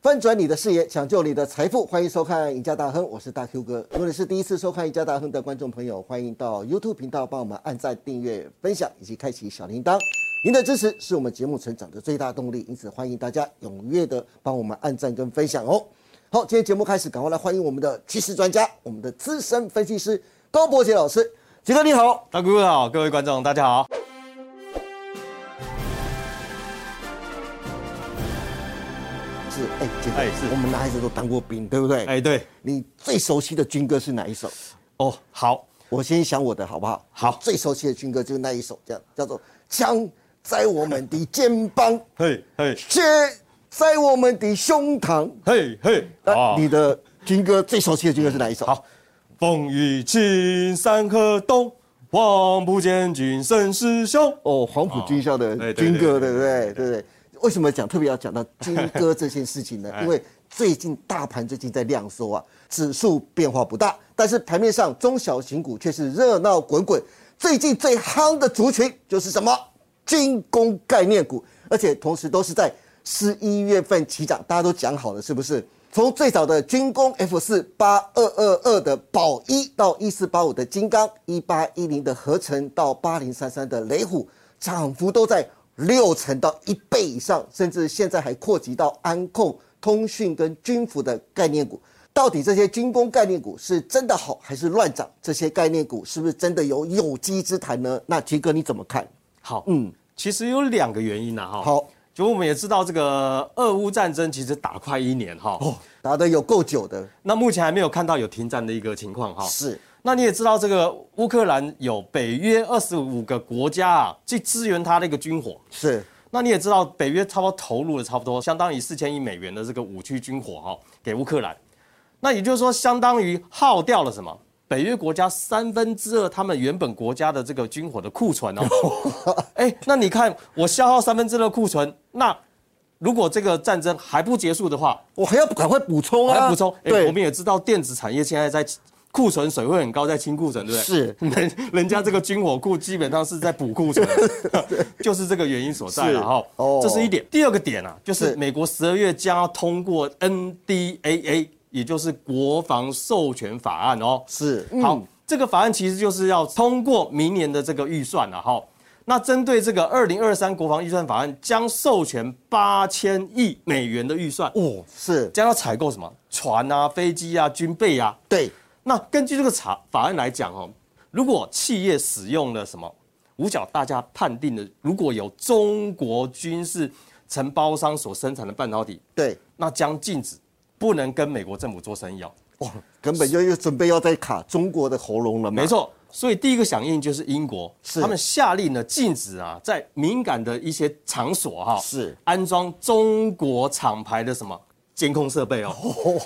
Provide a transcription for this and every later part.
翻转你的视野，抢救你的财富，欢迎收看《赢家大亨》，我是大 Q 哥。如果你是第一次收看《赢家大亨》的观众朋友，欢迎到 YouTube 频道帮我们按赞、订阅、分享以及开启小铃铛。您的支持是我们节目成长的最大动力，因此欢迎大家踊跃的帮我们按赞跟分享哦。好，今天节目开始，赶快来欢迎我们的趋势专家，我们的资深分析师高博杰老师。杰哥你好，大哥好，各位观众大家好。是哎，杰、哥，哎是我们男孩子都当过兵，对不对？哎、对，你最熟悉的军歌是哪一首？哦，好，我先想我的好不好？好我最熟悉的军歌就是那一首，这样叫做“枪在我们的肩膀，嘿，嘿，血在我们的胸膛”嘿，嘿，那哦哎你的军歌最熟悉的军歌是哪一首？好，风雨起，山河动，望不见君胜师兄。哦，黄埔军校的哦对对军歌，对对不对？对不对？为什么讲特别要讲到军歌这件事情呢？因为最近大盘最近在量缩啊，指数变化不大，但是盘面上中小型股却是热闹滚滚。最近最夯的族群就是什么？军工概念股，而且同时都是在十一月份起涨，大家都讲好了，是不是？从最早的军工 F 四八二二二的宝一，到一四八五的金刚，一八一零的合成，到八零三三的雷虎，涨幅都在六成到一倍以上，甚至现在还扩及到安控、通讯跟军服的概念股。到底这些军工概念股是真的好还是乱涨？这些概念股是不是真的有有机之谈呢？那杰哥你怎么看？好，嗯嗯，其实有两个原因呐、哈。好，就我们也知道这个俄乌战争其实打快一年哈，哦，打得有够久的，那目前还没有看到有停战的一个情况哈。是那你也知道，这个乌克兰有北约二十五个国家啊，去支援它的一个军火。是那你也知道，北约差不多投入了差不多相当于四千亿美元的这个武器军火哈、给乌克兰，那也就是说，相当于耗掉了什么？北约国家三分之二他们原本国家的这个军火的库存哦。哎，那你看我消耗三分之二的库存，那如果这个战争还不结束的话，我还要赶快补充我啊！还补充，哎，对，我们也知道电子产业现在在库存水位很高，在清库存，对不对？是 人人家这个军火库基本上是在补库存， 就是这个原因所在了哈是哦。这是一点。第二个点啊，就是是美国十二月将要通过 NDAA，也就是国防授权法案哦。是好，这个法案其实就是要通过明年的这个预算了哈。那针对这个二零二三国防预算法案，将授权八千亿美元的预算哦，是，将要采购什么船啊、飞机啊、军备啊。对，那根据这个法法案来讲哦，如果企业使用了什么五角大家判定的，如果有中国军事承包商所生产的半导体，对，那将禁止不能跟美国政府做生意哦。哇，根本就又准备要再卡中国的喉咙了嘛。没，错，所以第一个响应就是英国，是他们下令呢禁止啊，在敏感的一些场所哈、是安装中国厂牌的什么监控设备哦。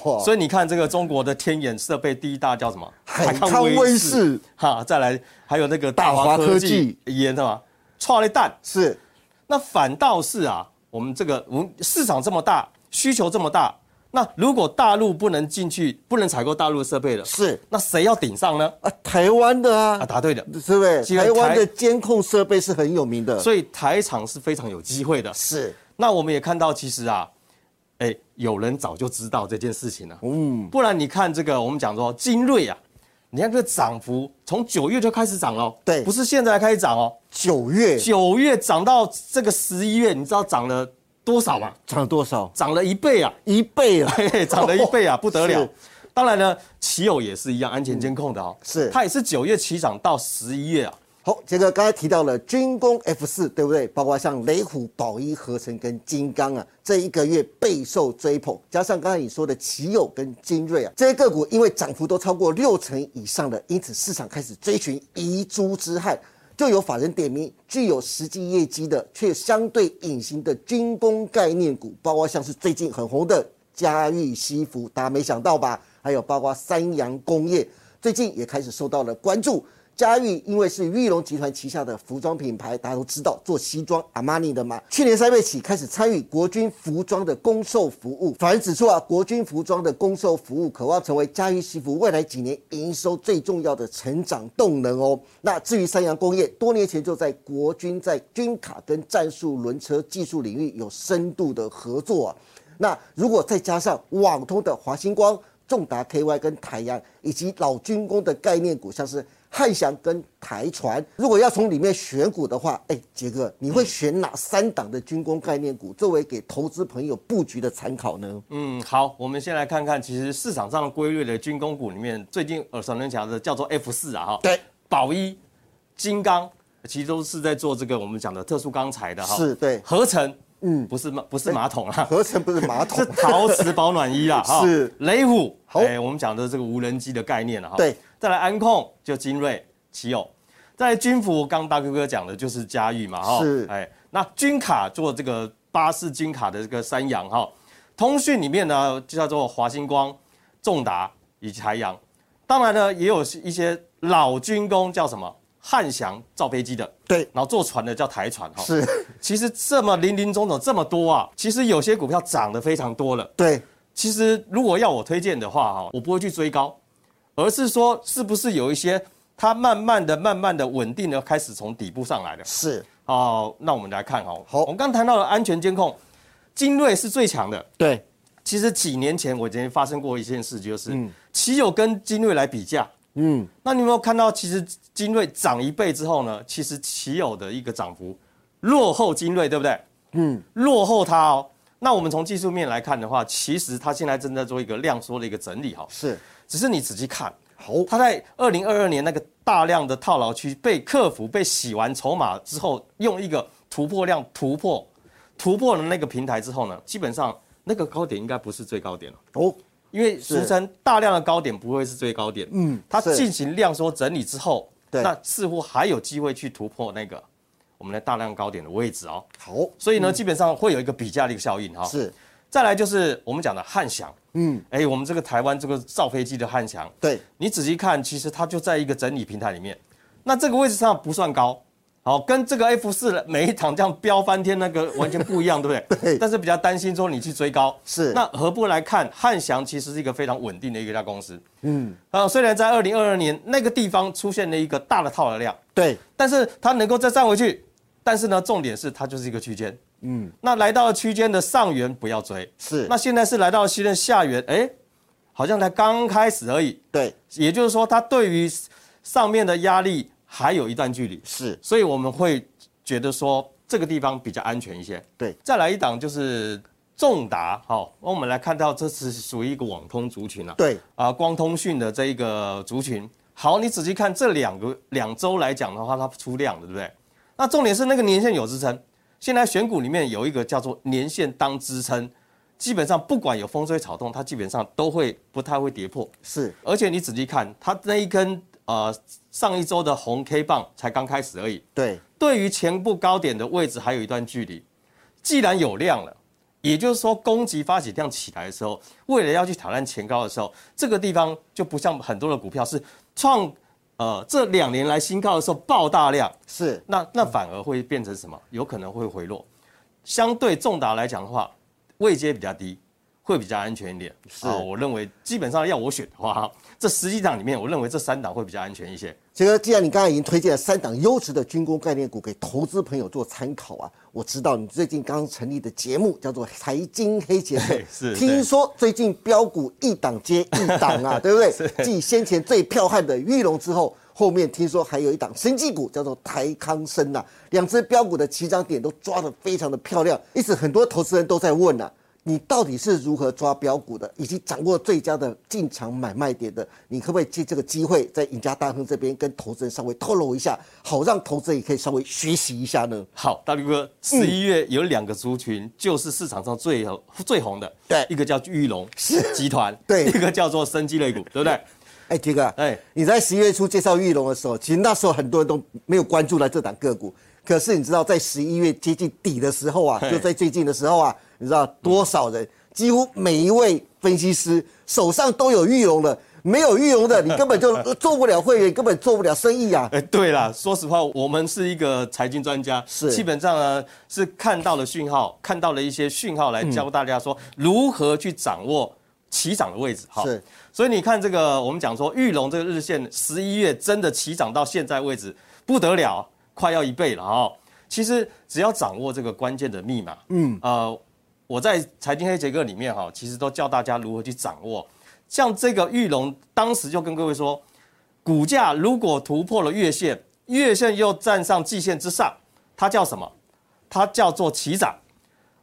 哇，所以你看，这个中国的天眼设备第一大叫什么？海康威视哈，再来还有那个大大华华科科技技也什么，创了蛋。是那反倒是啊，我们这个我们市场这么大，需求这么大，那如果大陆不能进去，不能采购大陆的设备了，是那谁要顶上呢？啊，台湾的啊，啊，答对了。是不是？既然台台湾的监控设备是很有名的，所以台厂是非常有机会的。是那我们也看到，其实啊，哎，有人早就知道这件事情了。嗯，不然你看这个，我们讲说精锐啊，你看这个涨幅从九月就开始涨了，哦对不是现在开始涨哦，九月九月涨到这个十一月，你知道涨了多少吗？涨多少？涨了一倍啊，一倍啊！嘿嘿，涨了一 倍啊，不得了是。嗯当然呢，奇友也是一样，安全监控的哦，是它也是九月起涨到十一月啊，好，杰哥刚才提到了军工 F 四，对不对？包括像雷虎、宝一、合成跟金刚啊，这一个月备受追捧。加上刚才你说的奇友跟精锐啊，这些个股因为涨幅都超过六成以上的，因此市场开始追寻遗珠之憾。就有法人点名具有实际业绩的，却相对隐形的军工概念股，包括像是最近很红的嘉裕西服，大家没想到吧？还有包括三洋工业，最近也开始受到了关注。嘉裕因为是裕隆集团旗下的服装品牌，大家都知道做西装阿玛尼的嘛。去年三月起开始参与国军服装的供售服务。法人指出啊，国军服装的供售服务渴望成为嘉裕西服未来几年营收最重要的成长动能哦。那至于三洋工业，多年前就在国军在军卡跟战术轮车技术领域有深度的合作啊。那如果再加上网通的华星光、重达 KY 跟台阳，以及老军工的概念股，像是汉翔跟台船，如果要从里面选股的话，哎，杰哥，你会选哪三档的军工概念股作为给投资朋友布局的参考呢？嗯，好，我们先来看看，其实市场上规律的军工股里面，最近耳熟能详的叫做 F 四啊，哈，对，宝一、金刚，其实都是在做这个我们讲的特殊钢材的哈，是对合成，嗯，不是马不是马桶啦，合成不是马桶 是，陶瓷保暖衣 啦，哈，是雷虎，好哎，我们讲的这个无人机的概念啊了哈，对，再来安控就精锐、奇友，再来军服，刚大哥哥讲的就是嘉裕嘛，哈，是哎，那军卡做这个巴士军卡的这个三洋哈，通讯里面呢就叫做华星光、重达以及台阳，当然呢也有一些老军工叫什么汉翔造飞机的，对，然后坐船的叫台船哈，是，其实这么林林总总这么多啊，其实有些股票涨得非常多了。对，其实如果要我推荐的话，哈，我不会去追高，而是说是不是有一些它慢慢的、慢慢的、稳定的开始从底部上来的。是，哦，那我们来看哈，好我们刚谈到了安全监控，精锐是最强的。对，其实几年前我已经发生过一件事，就是奇友跟精锐来比价。嗯，那你有没有看到，其实精锐涨一倍之后呢，其实奇友的一个涨幅落后精锐，对不对？嗯，落后它哦。那我们从技术面来看的话，其实它现在正在做一个量缩的一个整理哈、哦是，只是你仔细看，好，它在二零二二年那个大量的套牢区被克服、被洗完筹码之后，用一个突破量突破突破了那个平台之后呢，基本上那个高点应该不是最高点了。哦，因为是俗称大量的高点不会是最高点，嗯，它是进行量缩整理之后，对那似乎还有机会去突破那个我们的大量高点的位置哦，好，所以呢，基本上会有一个比价的一个效应哈、哦。嗯是，再来就是我们讲的汉翔，嗯，哎，我们这个台湾这个造飞机的汉翔，对，你仔细看，其实它就在一个整理平台里面，那这个位置上不算高。好，跟这个 F 四每一档这样飙翻天那个完全不一样，对不对？ 对但是比较担心说你去追高，是那何不来看汉翔其实是一个非常稳定的一家公司。嗯，呃，虽然在二零二二年那个地方出现了一个大的套牢量，对，但是它能够再站回去。但是呢，重点是它就是一个区间。嗯，那来到了区间的上缘不要追，是那，现在是来到了区间下缘，哎，好像才刚开始而已。对，也就是说，它对于上面的压力还有一段距离，是，所以我们会觉得说这个地方比较安全一些。对，再来一档就是重达，好、那我们来看到这是属于一个网通族群啊，对，啊、光通讯的这一个族群。好，你仔细看这两个两周来讲的话，它出量了，对不对？那重点是那个年限有支撑，现在选股里面有一个叫做年限当支撑，基本上不管有风吹草动，它基本上都会不太会跌破。是，而且你仔细看，它那一根呃上一周的红 K 棒才刚开始而已，对，对于前部高点的位置还有一段距离。既然有量了，也就是说供给发起量起来的时候，为了要去挑战前高的时候，这个地方就不像很多的股票是创呃这两年来新高的时候爆大量，是，那那反而会变成什么？有可能会回落。相对重达来讲的话，位阶比较低，会比较安全一点。啊是我认为基本上要我选的话，这十几档里面，我认为这三档会比较安全一些。杰哥，既然你刚才已经推荐了三档优质的军工概念股给投资朋友做参考啊，我知道你最近刚成立的节目叫做《财经黑杰克对》， 是听说最近标股一档接一档啊，对不对？继先前最彪悍的玉龙之后，后面听说还有一档生技股叫做台康生啊，两只标股的起涨点都抓得非常的漂亮，因此很多投资人都在问啊。你到底是如何抓标股的，以及掌握最佳的进场买卖点的？你可不可以借这个机会，在赢家大亨这边跟投资人稍微透露一下，好让投资人也可以稍微学习一下呢？好，大力哥，十一月有两个族群，就是市场上最红最红的，对一个叫玉龙集团，对一个叫做生机类股，对不对？哎，杰哥，哎哎，你在十一月初介绍玉龙的时候，其实那时候很多人都没有关注到这档个股。可是你知道，在十一月接近底的时候啊，嘿就在最近的时候啊，你知道多少人，几乎每一位分析师手上都有玉龙的，没有玉龙的，你根本就 做不了会员，根本做不了生意啊。哎，对啦，说实话，我们是一个财经专家，是基本上呢是看到了讯号，看到了一些讯嗯号来教大家说如何去掌握起涨的位置。哈是，所以你看这个，我们讲说玉龙这个日线，十一月真的起涨到现在位置不得了，哦快要一倍了哈、其实只要掌握这个关键的密码，嗯，呃，我在财经黑杰克里面哈，其实都教大家如何去掌握。像这个玉龙，当时就跟各位说，股价如果突破了月线，月线又站上季线之上，它叫什么？它叫做起涨。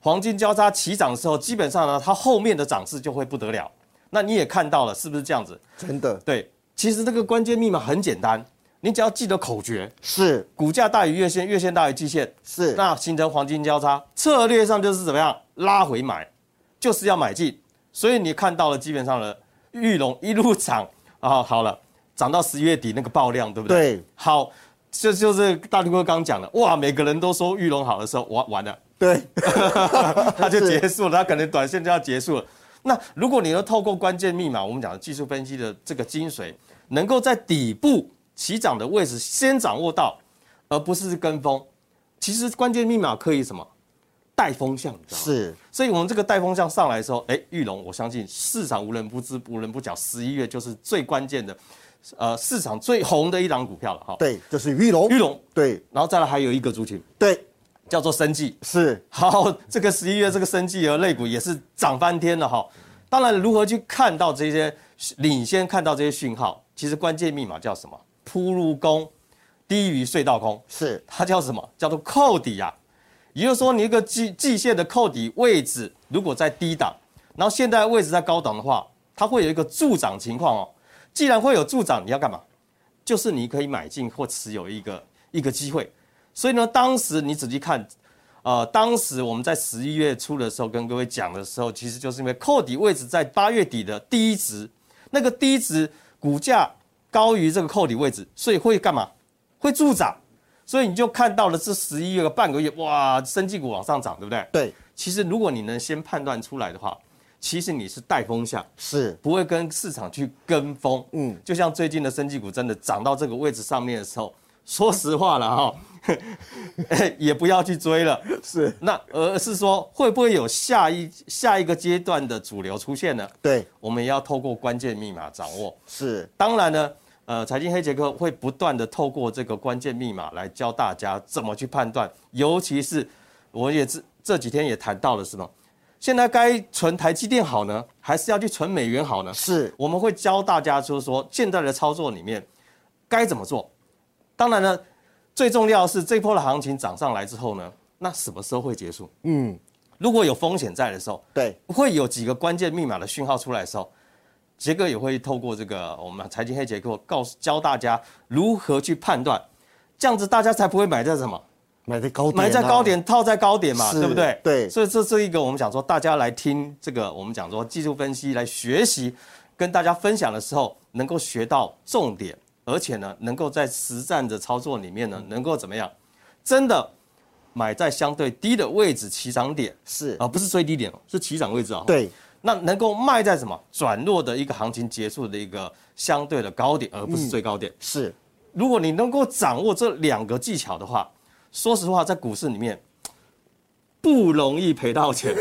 黄金交叉起涨之后，基本上呢，它后面的涨势就会不得了。那你也看到了，是不是这样子？真的对，其实这个关键密码很简单，你只要记得口诀：是股价大于月线，月线大于季线，是那形成黄金交叉。策略上就是怎么样拉回买，就是要买进。所以你看到了，基本上呢，玉龙一路涨啊，好了，涨到十月底那个爆量，对不对？对。好，这就是大林哥刚讲的，哇，每个人都说玉龙好的时候，完完了。 对，它就结束了，它可能短线就要结束了。那如果你能透过关键密码，我们讲的技术分析的这个精髓，能够在底部起涨的位置先掌握到，而不是跟风。其实关键密码可以什么带风向，你知道吗？是所以我们这个带风向上来的时候，哎，玉龙，我相信市场无人不知，无人不晓，十一月就是最关键的，呃，市场最红的一档股票了哈。对，就是玉龙，玉龙，对然后再来还有一个族群对叫做生技，是好，这个十一月这个生技和类股也是涨翻天了哈。当然，如何去看到这些领先看到这些讯号，其实关键密码叫什么？铺路工低于隧道空，是它叫什么？叫做扣底啊。也就是说，你一个季季线的扣底位置如果在低档，然后现在位置在高档的话，它会有一个助涨情况哦。既然会有助涨，你要干嘛？就是你可以买进或持有一个一个机会。所以呢，当时你仔细看，呃，当时我们在十一月初的时候跟各位讲的时候，其实就是因为扣底位置在八月底的低值，那个低值股价高于这个扣底位置，所以会干嘛？会助涨。所以你就看到了这十一月的半个月，哇，生技股往上涨，对不对？对其实如果你能先判断出来的话，其实你是带风向，是不会跟市场去跟风。嗯，就像最近的生技股真的涨到这个位置上面的时候，说实话了哈、 也不要去追了。是，那而 是说会不会有下一下一个阶段的主流出现呢？对我们也要透过关键密码掌握。是当然呢，呃，财经黑杰克会不断的透过这个关键密码来教大家怎么去判断，尤其是我也这这几天也谈到了，是吗？现在该存台积电好呢，还是要去存美元好呢？是我们会教大家，就是说现在的操作里面该怎么做。当然呢，最重要的是这波的行情涨上来之后呢，那什么时候会结束？嗯，如果有风险在的时候，对会有几个关键密码的讯号出来的时候，杰哥也会透过这个我们财经黑杰克告诉教大家如何去判断，这样子大家才不会买在什么买在高点啊，买在高点套在高点嘛，是对不对？对所以这是一个我们讲说大家来听这个我们讲说技术分析来学习，跟大家分享的时候能够学到重点，而且呢能够在实战的操作里面呢嗯能够怎么样，真的买在相对低的位置起涨点。是啊，不是最低点哦，是起涨位置啊、，对那能够卖在什么转弱的一个行情结束的一个相对的高点，而不是最高点。是如果你能够掌握这两个技巧的话，说实话，在股市里面不容易赔 到钱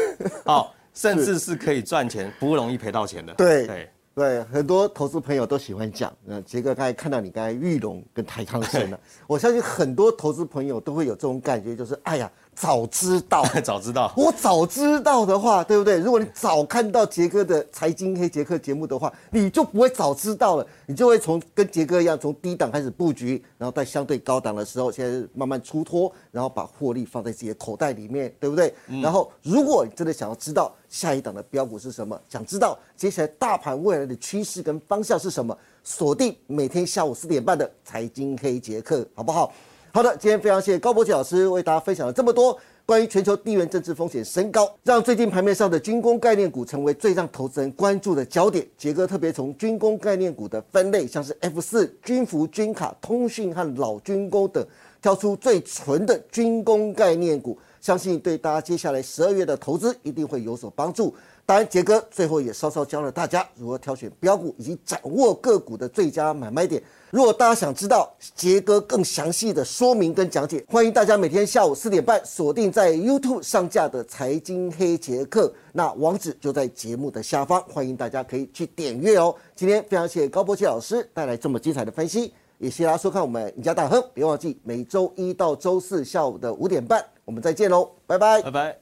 哦，甚至是可以赚钱，不容易赔到钱的。对对对，很多投资朋友都喜欢讲。那杰哥刚才看到你刚才玉龙跟台康生 了，我相信很多投资朋友都会有这种感觉，就是哎呀，早知道，早知道我早知道的话，对不对？如果你早看到杰哥的财经黑杰克节目的话，你就不会早知道了，你就会从跟杰哥一样，从低档开始布局，然后在相对高档的时候，现在慢慢出脱，然后把获利放在自己的口袋里面，对不对？然后，如果你真的想要知道下一档的标股是什么，想知道接下来大盘未来的趋势跟方向是什么，锁定每天下午四点半的财经黑杰克，好不好？好的，今天非常谢谢高博杰老师为大家分享了这么多关于全球地缘政治风险升高，让最近盘面上的军工概念股成为最让投资人关注的焦点。杰哥特别从军工概念股的分类，像是 F 四、军服、军卡、通讯和老军工等，挑出最纯的军工概念股，相信对大家接下来十二月的投资一定会有所帮助。当然，杰哥最后也稍稍教了大家如何挑选标股以及掌握个股的最佳买卖点。如果大家想知道杰哥更详细的说明跟讲解，欢迎大家每天下午四点半锁定在 YouTube 上架的《财经黑杰克》，那网址就在节目的下方，欢迎大家可以去点阅哦。今天非常谢谢高波奇老师带来这么精彩的分析，也谢谢大家收看我们赢家大亨，别忘记每周一到周四下午的五点半，我们再见喽，拜拜拜。拜。